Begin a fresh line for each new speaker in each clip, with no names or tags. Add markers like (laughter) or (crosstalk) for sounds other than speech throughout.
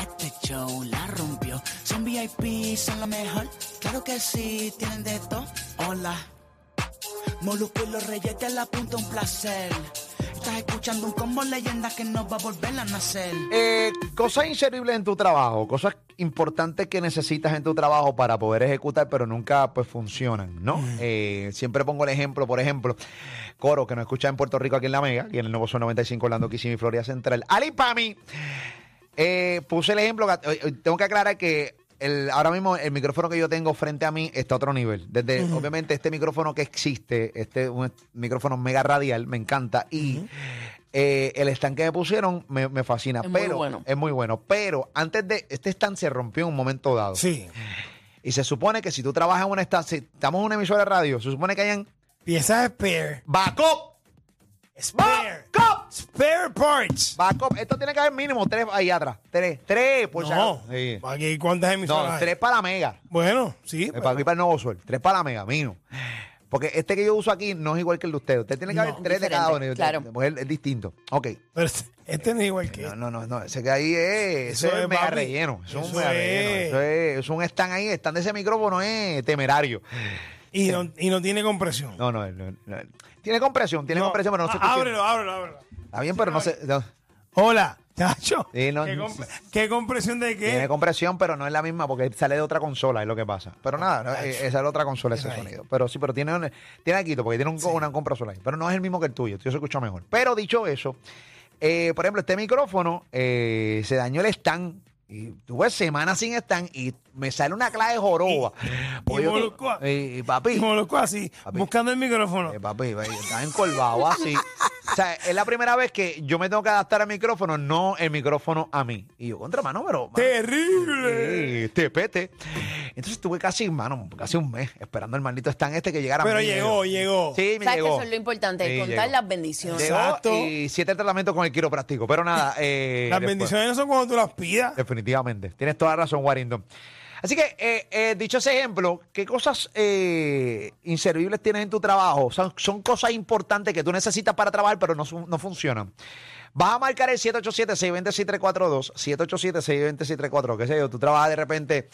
Este show la rompió. Son VIP, son lo mejor. Claro que sí, tienen de todo. Hola. Molusco y los reyes de la punta, un placer. Estás escuchando un combo leyenda que no va a volver a nacer.
Eh, cosas inseribles en tu trabajo, cosas importantes que necesitas en tu trabajo para poder ejecutar, pero nunca pues funcionan, ¿no? Eh, siempre pongo el ejemplo, por ejemplo, Coro, que nos escucha en Puerto Rico aquí en La Mega, y en el Nuevo Sol 95, Orlando, Kissimmee, Florida Central. Ali Pami, eh, puse el ejemplo, que- eh, eh, tengo que aclarar que el, ahora mismo el micrófono que yo tengo frente a mí está a otro nivel. Desde, obviamente, este micrófono que existe, este un est- micrófono mega radial, me encanta. Y eh, el stand que me pusieron me, me fascina.
Es muy
pero
bueno.
es muy bueno. Pero antes de, este stand se rompió en un momento dado.
Sí.
Y se supone que si tú trabajas en una stand, si estamos en una emisora de radio, se supone que hayan
Piezas spare.
backup,
Spare.
backup,
Spare parts.
backup. Esto tiene que haber mínimo tres ahí atrás. Tres, tres, por si
no.
acaso. Sí.
Aquí hay cuántas
No,
emisoras. hay?
tres para la mega.
Bueno, sí.
Eh, para aquí para el Nuevo Sol. Tres para la mega, mino. Porque este que yo uso aquí no es igual que el de usted. Usted tiene que
No,
haber tres de cada uno.
diferente, claro.
Porque es, es distinto. Ok.
Pero este- este no es igual que.
No, no, no, no. Ese que ahí es.
Eso
Eso es,
es,
mega
papi.
relleno. Eso, es un
Eso
mega
es.
relleno. Eso es, eso es un stand ahí. Stand de ese micrófono es temerario.
Y, no, y no tiene compresión.
No, no, no, no. Tiene compresión, tiene
No.
compresión, pero no se
Ah,
escucha.
Ábrelo, ábrelo, ábrelo.
Está bien, pero no se. no.
Hola, chacho.
Sí, no,
¿Qué,
no
compre- ¿Qué compresión de qué?
Tiene compresión, pero no es la misma porque sale de otra consola, es lo que pasa. Pero nada, no, eh, esa es la otra consola, ese
Ahí.
sonido. Pero sí, pero tiene, un- tiene aquí, porque tiene un, una consola ahí. Pero no es el mismo que el tuyo, el tuyo se escucha mejor. Pero dicho eso, eh, por ejemplo, este micrófono eh, se dañó el stand. Y tuve semanas sin stand y me sale una clave de joroba. Porque yo-
Molusco.
y- y papi.
Como loco así,
Papi.
buscando el micrófono.
Eh, papi, ve, estás encorvado así. O sea, es la primera vez que yo me tengo que adaptar al micrófono, no el micrófono a mí. Y yo, contra mano, pero. mano,
¡Terrible!
eh, te pete. Entonces estuve casi, mano, casi un mes esperando el maldito stand este que llegara.
Pero
a mí.
llegó, llegó.
Sí, me
¿Sabes que
llegó.
eso es lo importante?
Sí,
contar
llegó.
las bendiciones.
Llegó
Exacto.
y siete tratamientos con el quiropráctico. Pero nada. eh,
Las
después-
bendiciones no son cuando tú las pidas.
Definitivamente. Tienes toda la razón, Warrington. Así que, eh, eh, dicho ese ejemplo, ¿qué cosas eh, inservibles tienes en tu trabajo? Son, son cosas importantes que tú necesitas para trabajar, pero no, su- no funcionan. Vas a marcar el 787-620-6342, 787-620-6342, qué sé yo, tú trabajas de repente,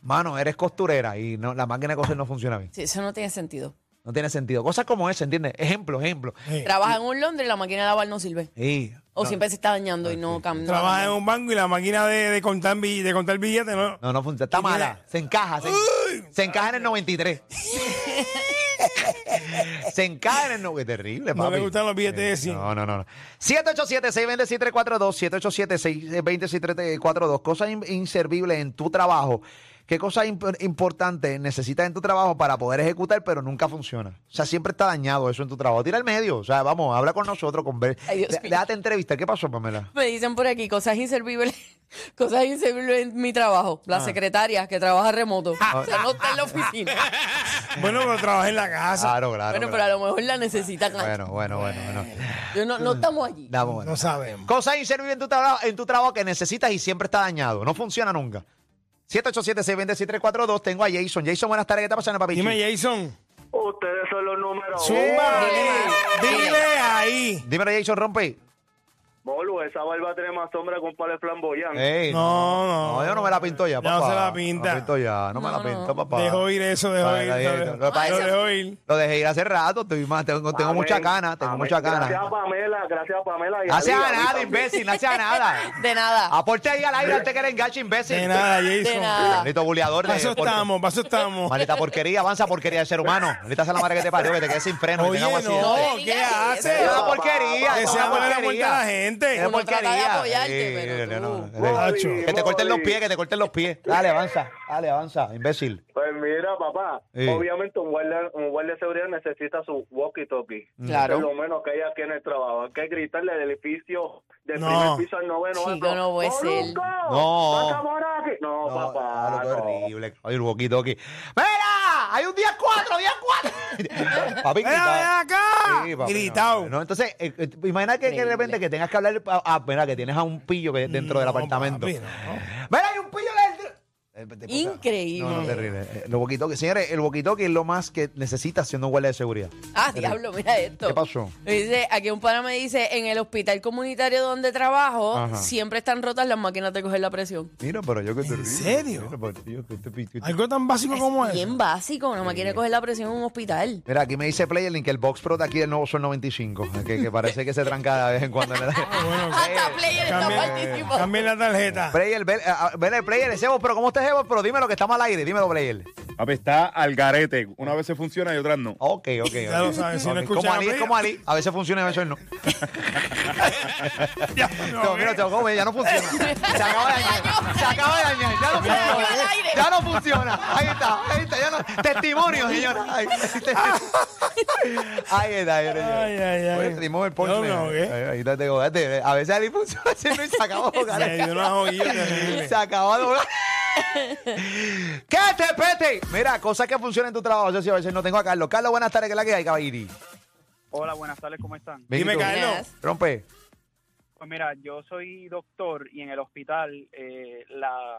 mano, eres costurera y no, la máquina de coser no funciona bien.
Sí, eso no tiene sentido.
No tiene sentido. Cosas como esa, ¿entiendes? Ejemplo, ejemplo.
Sí.
Trabaja en un Londres y la máquina de lavar no sirve.
Y,
O
no,
siempre se está dañando y no cambia.
Trabaja en un banco y la máquina de, de contar, bill- de contar billetes no.
No, no funciona. Está
Y mira-
mala. Se encaja. Se, se encaja en el
(laughs)
93. se encaja en el 93. Qué terrible,
No
papi.
le gustan los billetes de 100.
No, no, no. no. 787-620-6342. 787-620-6342. Cosas in- inservibles en tu trabajo. ¿Qué cosas imp- importantes necesitas en tu trabajo para poder ejecutar, pero nunca funciona? O sea, siempre está dañado eso en tu trabajo. Tira al medio. O sea, vamos, habla con nosotros, conver-
Ay, Dios
Dé-
mío.
Déjate entrevistar. ¿Qué pasó, Pamela?
Me dicen por aquí cosas inservibles, (laughs) cosas inservibles en mi trabajo.
Ah.
La secretaria que trabaja remoto. (laughs) O sea, no está en
(laughs)
la oficina.
Bueno, pero trabaja en la casa.
Claro, claro.
bueno, pero a
claro.
lo mejor la necesitan.
bueno, bueno, bueno, bueno.
Yo no, no estamos allí.
Damos, bueno.
No sabemos.
Cosas inservibles en tu, trabajo, en tu trabajo que necesitas y siempre está dañado. No funciona nunca. 787-620-6342. Tengo a Jason. Jason, buenas tardes. ¿Qué está pasando, papi?
Dime, Jason.
Ustedes son los números
Zumba,
Dile.
dile, dile ahí.
Dímelo, Jason, rompe.
Bolu, esa barba tiene más sombra que un palo de flamboyante.
Ey,
No, no.
No, yo no me la pinto ya,
No
papá.
se la pinta.
No me la pinto ya. No, me la
No, no.
pinto, papá.
Dejo ir eso, dejo
Ay,
ir.
la gente,
Lo,
lo que pasa
es-
dejo ir.
Lo dejé ir hace rato. Estoy más, tengo tengo
Amén.
mucha gana. Tengo
Amén.
mucha
Gracias,
gana.
Pamela. Gracias, Pamela. y
No sea
Ali, Ali
nada,
también.
imbécil. No sea nada.
De nada.
Aporte ahí al aire antes que le enganche, imbécil.
De nada, Jason.
De nada.
Maldito buleador. de-
Paso
por-
estamos, paso estamos.
Maldita porquería, avanza porquería de ser humano. Maldita sea la madre que te parió, que te quedes sin freno. que
Oye,
tengas acidez.
no, ¿qué haces?
Es una
Papá,
porquería.
papá,
es
Que se
una
abra la
porquería.
puerta a la gente.
Es una
Uno trata de
porquería.
apoyarte,
Sí,
pero tú-
Tacho.
Boli,
Que te corten los
Boli.
pies, que te corten los pies. Dale, avanza. Dale, avanza, imbécil.
Pues mira, papá.
Sí.
Obviamente, un guardia, un guardia de seguridad necesita su walkie-talkie.
Mm.
Claro.
Por lo menos que hay aquí en el trabajo. Hay que gritarle del edificio, del
No.
primer piso al noveno.
Chico,
alto.
no puede ser.
¡Molusco!
No.
¡Pasa por aquí! No,
No,
papá.
claro, qué
no.
horrible. Ay, el boquito aquí. ¡Mira! ¡Hay un día cuatro, día cuatro! (laughs) Papi,
¡Mira, ven
grita.
acá!
Sí, papi,
Gritado.
no, no, entonces, eh, eh, imagina que, que de repente que tengas que hablar. Ah, mira, que tienes a un pillo que dentro del
No,
apartamento.
papi, no.
Mira, hay un pillo dentro. Eh, te- te-
Increíble.
No, no, terrible. Eh, Los walkie Señores, el walkie es lo más que necesita siendo un guardia de seguridad.
Ah, diablo, mira esto.
¿Qué pasó?
Me Dice, aquí un pana me dice, en el hospital comunitario donde trabajo,
Ajá.
siempre están rotas las máquinas de coger la presión.
Mira, pero yo que te
¿En serio?
Mira, pero yo que te-
Algo tan básico como
Bien
eso.
básico, una máquina de coger la presión en
(laughs)
un hospital.
Mira, aquí me dice Playerlink que el box pro de aquí del nuevo Sol 95, que, que parece que se tranca de vez en cuando.
Ah, Bueno,
Hasta player está
cambien,
participando.
cambien la (laughs) tarjeta.
Player, ven, ah, ven el Player, ese box pro, ¿cómo está ese box pro? Dímelo que estamos al aire, dímelo, Player.
Papi, está al garete. Una vez se funciona y otras no.
Ok, ok.
Ya
ok.
lo sabes, si no
Ok,
escuchas
Como
a
Ali, es
Player.
como Ali. A veces funciona y a veces no.
Ya,
No,
no,
mira, te lo come, ya no
(laughs)
funciona. Se acaba de dañar. Se acaba de dañar. Ya no
dañó
funciona.
al aire.
Ya no funciona. Ahí está, ahí está. Ya no. Testimonio, señora. Ahí, ahí
(laughs)
está, ahí está.
Ay, ay, ay.
Oye, dimos el
No,
punchline.
no, ¿qué?
Ahí- ahí está, te godaste. A veces Ali funciona así y se acabó
(laughs)
de jugar.
Se dio una jodida terrible.
Se acabó de jugar. ¡Qué te pete! Mira, cosas que funcionan en tu trabajo. Yo sí a veces no tengo a Carlos. Carlos, buenas tardes. ¿Qué es la que hay, caballiri?
Hola, buenas tardes, ¿cómo están?
Dime,
Benito,
Carlos.
Buenas.
Rompe.
Pues mira, yo soy doctor y en el hospital eh, la,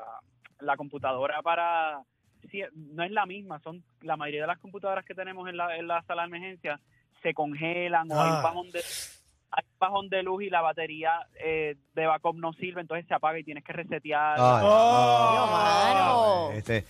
la computadora para... sí, no es la misma, son la mayoría de las computadoras que tenemos en la, en la sala de emergencia se congelan o hay
Ah.
un bajón de, hay un bajón de luz y la batería eh, de backup no sirve, entonces se apaga y tienes que resetear.
Ah.
Oh.
Mano.
Este,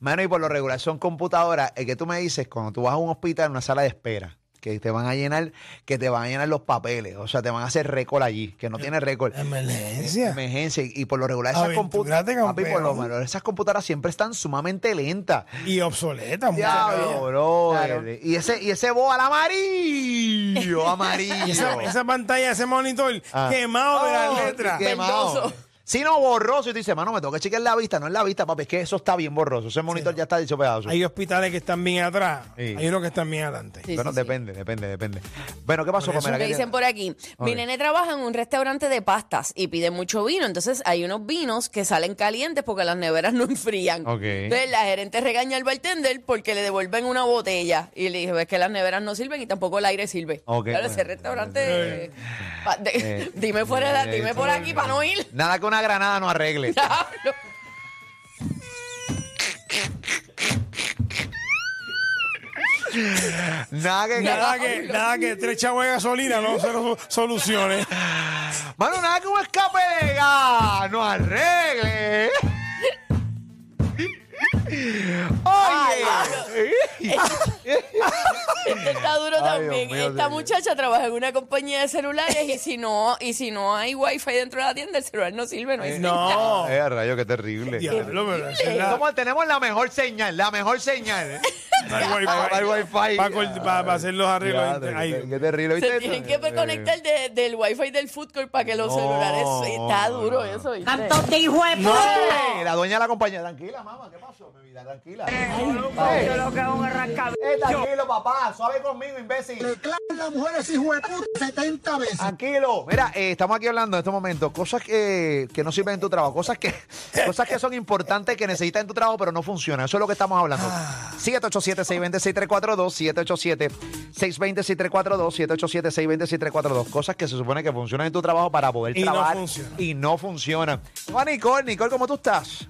mano, y por lo regular son computadoras. El que tú me dices, cuando tú vas a un hospital, una sala de espera, que te van a llenar, que te van a llenar los papeles, o sea, te van a hacer récord allí, que no tiene récord.
Emergencia.
Emergencia. Y por lo regular esas
Aventúrate,
computadoras. Papi, por lo
campeón.
regular, esas computadoras siempre están sumamente lentas.
Y obsoleta, muchas
Diablo, bro. Y ese, y ese boal amarillo, amarillo.
Y esa, esa pantalla, ese monitor
Ah.
quemado de
Oh,
la letra.
qué quemado.
Verdoso.
Si no, borroso. Y tú dices, mano, me tengo que chequear la vista. No es la vista, papi. Es que eso está bien borroso. Ese monitor ya está dicho pedazo.
Hay hospitales que están bien atrás,
Sí.
hay unos que están bien adelante.
Sí,
bueno,
sí, sí.
depende, depende, depende. Bueno, ¿qué pasó,
Por eso
Pamela?
Me
¿Qué
dicen
tiene?
por aquí, mi
Ok.
nene trabaja en un restaurante de pastas y pide mucho vino, entonces hay unos vinos que salen calientes porque las neveras (laughs) no enfrían.
Ok.
Entonces la gerente regaña al bartender porque le devuelven una botella y le dije, ves que las neveras no sirven y tampoco el aire sirve.
Ok,
Claro,
bueno.
ese restaurante... eh, pa- de-
Eh,
(laughs) dime fuera,
eh,
de- dime por
eh,
aquí para no ir.
Nada que una granada no arregle.
(laughs) Diablo.
nada que.
Nada que, nada que tres chavos de gasolina no se lo
(laughs)
solucione.
Mano, nada que un escape de gas no arregle. Oye.
Este está duro
Ay, Dios
también.
mío,
Esta
señor.
muchacha trabaja en una compañía de celulares y si no, y si no hay wifi dentro de la tienda, el celular no sirve, no hay
(laughs)
No.
Ay, rayo, qué terrible.
Diablo, pero eso es la-
Somos- tenemos la mejor señal, la mejor señal.
no hay wifi.
Ah, hay wifi.
Pa' cort- pa- pa' hacer los arreglos
Diadre,
inter- ahí.
qué, qué terrible. ¿viste
Se
eso?
tienen que conectar de- del wifi del food court para que los
No,
celulares. Está duro
no, no.
eso. ¿viste?
de hijo de
No, eh, la dueña de la compañía. Tranquila, mamá, ¿qué pasó, mi vida? Tranquila. Eh, eh, tranquilo, papá. Suave conmigo, imbécil.
la mujer es hijo de puta 70 veces.
Tranquilo. Mira, eh, estamos aquí hablando en estos momentos. Cosas que, que no sirven en tu trabajo. Cosas
(laughs)
que, cosas que son importantes que necesitas en tu trabajo, pero no funcionan. Eso es lo que estamos hablando.
Ah.
787-620-6342. 787-620-6342. 787-620-6342. Cosas que se supone que funcionan en tu trabajo para poder
Y no
trabajar.
funcionan.
Y no funcionan. Hola, Nicole. Nicole, ¿cómo tú estás?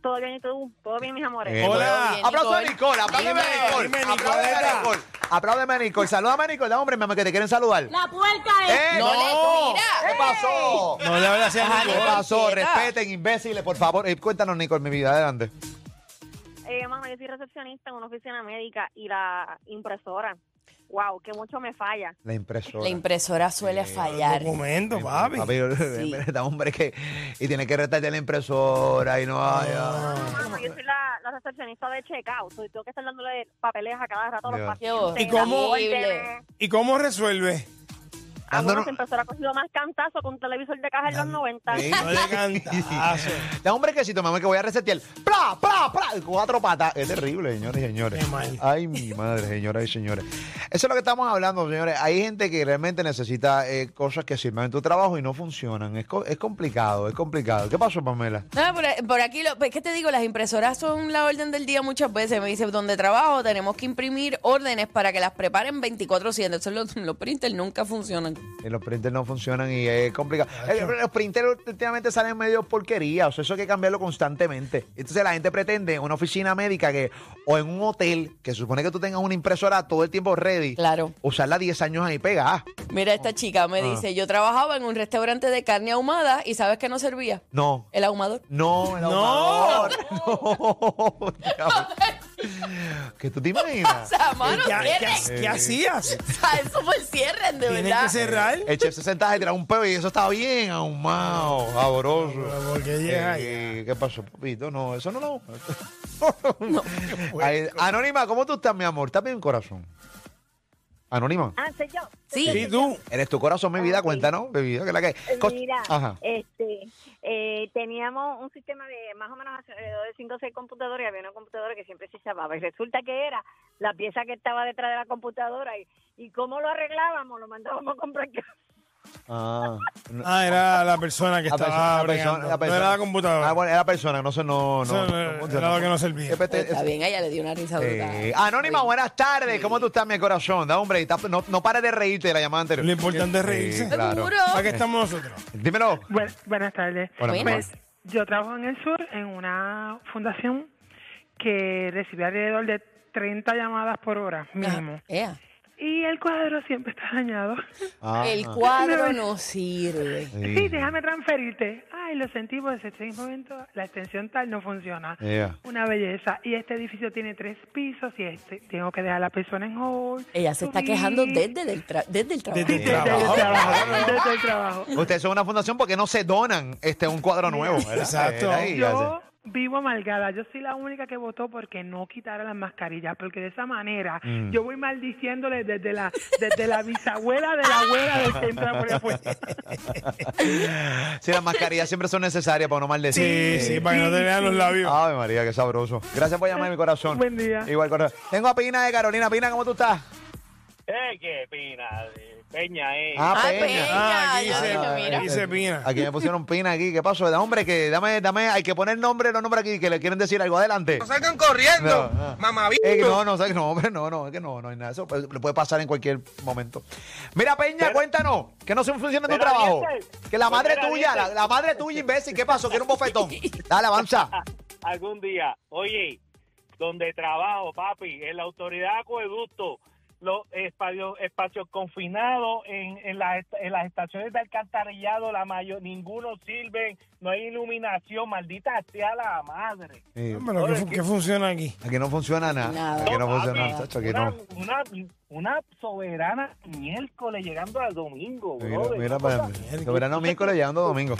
Todo bien, ¿y tú? Todo bien, mis amores.
Eh,
Hola.
Bien,
Aplauso a
Nicole.
Nicole, apláudeme
Dime,
a Nicole.
dime,
Apláudeme a
Nicoleta.
Nicole. Apláudeme a Nicole. Saludame a Nicole. Dame, hombre, mi amor, que te quieren saludar.
La puerta es.
¡Eh,
No le- mira.
¿Qué pasó?
No le hables así a
Ajá,
¿Qué
Nicole.
pasó?
Quieta.
Respeten, imbéciles, por favor. Eh, cuéntanos, Nicole, mi vida, adelante.
Eh, mano, yo soy recepcionista en una oficina médica y la impresora. Wow, que mucho me falla.
La impresora.
La impresora suele fallar.
Documento, papi.
Papi, (laughs) da hombre que. Y tiene que retarte la impresora y no vaya.
Ah.
Mano, yo soy la, la recepcionista de checkout. soy- Tengo que estar dándole papeles a cada rato a los
Dios.
Qué
pacientes.
¿Y cómo?
órdenes.
¿Y cómo resuelve?
Ah, bueno,
Dándonos-
esa impresora ha cogido más cantazo con un televisor de caja en los 90.
Sí.
No
(laughs)
le Ah, cantazo.
Da hombre que si tu mamá que voy a resetear. ¡Pla, pla, pla! Cuatro patas. Es terrible, señores y señores.
Qué mal.
Ay, mi madre, señoras y señores. Eso es lo que estamos hablando, señores. Hay gente que realmente necesita eh, cosas que sirvan en tu trabajo y no funcionan. Es, co- es complicado, es complicado. ¿Qué pasó, Pamela?
Ah, por, por aquí, lo, pues, ¿qué te digo? Las impresoras son la orden del día muchas veces. Me dice, donde trabajo tenemos que imprimir órdenes para que las preparen 24-7. Eso los, los printers nunca funcionan.
Y Eh, los printers no funcionan y es complicado.
Ah,
Eh, Los printers últimamente salen medio porquería, o sea, eso hay que cambiarlo constantemente. Entonces la gente pretende en una oficina médica que, o en un hotel, que supone que tú tengas una impresora todo el tiempo ready,
Claro.
usarla 10 años ahí pegada.
Mira,
Ah.
esta chica me dice, yo trabajaba en un restaurante de carne ahumada y ¿sabes qué no servía?
No,
El ahumador. (laughs)
no, el
No. (laughs)
ahumador, no. diablo. ¿Qué tú te
O
imaginas?
sea, mano,
¿Qué, qué-
cierren.
qué hacías?
O sea, eso fue el cierre, de
Tienes que
verdad.
cerrar.
El chef se sentaba y tiraba un peo y eso estaba bien ahumado, sabroso.
Pero, ¿por qué llega
Eh, ¿Qué pasó, papito? No, eso no lo...
(laughs)
Ay, Anónima, ¿cómo tú estás, mi amor? ¿Estás bien, corazón? Anónima.
Ah, soy yo.
Sí,
Sí,
tú.
Eres tu corazón, mi vida,
Ok.
cuéntanos, mi vida, que la que
Pues
Co-
Mira,
Ajá.
este, eh, teníamos un sistema de más o menos alrededor de 5 o 6 computadoras y había una computadora que siempre se chavaba. Y resulta que era la pieza que estaba detrás de la computadora. ¿Y, y cómo lo arreglábamos? Lo mandábamos a comprar. ca-
Ah, no,
Ah, era la persona que
la
estaba
Ah, persona- la persona-
bregando.
la persona.
No era la computadora.
Ah, bueno, era persona, no sé, no,
Eso
no.
no-
no
era
funciona. Este,
lo que no servía.
Qué peste-
está bien, ella le dio una risa brutal.
ah,
Eh, Anónima, buenas tardes. ¿Cómo tú estás, mi corazón? Da, hombre, está- no, no pares de reírte de la llamada anterior.
Lo importante es
Sí,
reírse.
claro.
Seguro.
¿Para qué estamos nosotros?
Dímelo.
buenas tardes.
Hola, mi amor.
Buenas.
Yo trabajo en el sur en una fundación que recibe alrededor de 30 llamadas por hora mínimo.
Ah, ea.
Y el cuadro siempre está dañado.
Ah,
El
ah,
cuadro no sirve.
sí.
Sí, déjame transferirte. Ay, lo sentimos desde este momento. La extensión tal no funciona.
Eh.
Yeah.
Una belleza. Y este edificio tiene tres pisos y este tengo que dejar a la persona en hold.
Ella se está
subir.
quejando desde el, tra- desde el trabajo.
Desde el
Desde el
trabajo.
trabajo, desde el trabajo.
Ustedes son una fundación porque no se donan este un cuadro nuevo. ¿verdad?
Exacto.
Era ahí, ya
Yo vivo amargada. Yo soy la única que votó porque no quitara las mascarillas, porque de esa manera yo voy maldiciéndole desde la desde la bisabuela de la abuela del centro de Puerto
sé. Sí, las mascarillas siempre son necesarias para no maldecir.
Sí, sí, para que no te vean los labios.
Ay, María, qué sabroso. Gracias por llamar mi corazón.
Buen día.
Igual, corazón. Tengo a Pina de Carolina. Pina, ¿cómo tú estás?
Eh, qué pina, de Peña, eh.
Ah, Peña.
Ah, aquí
Yo
se,
digo, mira.
aquí se pina.
Aquí me pusieron Pina aquí. ¿Qué pasó? Da, Hombre, que dame, dame, hay que poner nombre, los nombres aquí, que le quieren decir algo. Adelante. No salgan corriendo. No, Eh, no, no, sal- no, hombre, no, no, es que no, no hay nada. Eso puede- le puede pasar en cualquier momento. Mira, Peña, cuéntanos, que no se funciona tu
Mira,
trabajo.
dientes.
Que la madre
Mira,
tuya, la,
dientes.
la madre tuya, imbécil, ¿qué pasó? Quiero un bofetón. Dale, avanza.
Algún día, oye, donde trabajo, papi, en la autoridad de acueducto, los espacios, espacios confinados en, en, las, est- en las estaciones de alcantarillado, la mayor, ninguno sirve, no hay iluminación, maldita sea la madre.
Eh,
Pero ¿qué, fu- qué funciona aquí?
aquí no funciona nada.
Nada.
Aquí no
No,
funciona
papi,
nada. chacho, aquí
una,
no.
una, una soberana miércoles llegando al domingo,
Mira,
brother.
mira
Una
para
cosa-
Tu verano miércoles llegando domingo.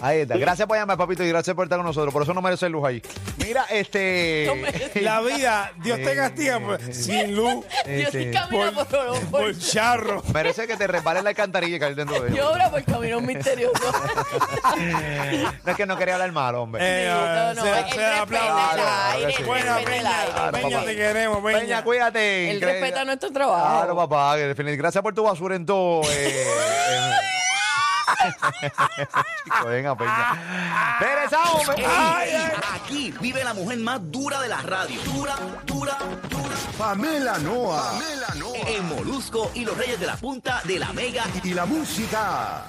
Ahí está. Gracias por llamar, papito, y gracias por estar con nosotros. Por eso no merece luz ahí. Mira, este.
No merece.
La vida, Dios
Eh,
te castiga por-
eh,
sin luz,
Yo sí
este,
camino por, por,
(laughs) por charro.
Merece que te resbales la alcantarilla y caer dentro de
yo
ella.
ahora por
(laughs)
caminos misteriosos.
No es que no quería hablar mal, hombre.
Eh,
no, no,
sea-
el
sea
respeto
aplaudido.
al aire, el
Buena,
respeto
al aire.
Peña.
Claro,
Peña,
papá.
te queremos, Peña.
Peña, cuídate.
Él
increíble.
respeta nuestro trabajo.
Claro, papá. que definitivamente- Gracias por tu basura en todo. eh,
(laughs)
eh. (laughs) Chico, venga, Peña. Regresamos. Pe-
Ah.
¡Ay!
Aquí vive la mujer más dura de la radio. Dura, dura, dura.
Pamela Noa. Pamela Noa.
En Molusco y los Reyes de la Punta de la Mega
Y la música.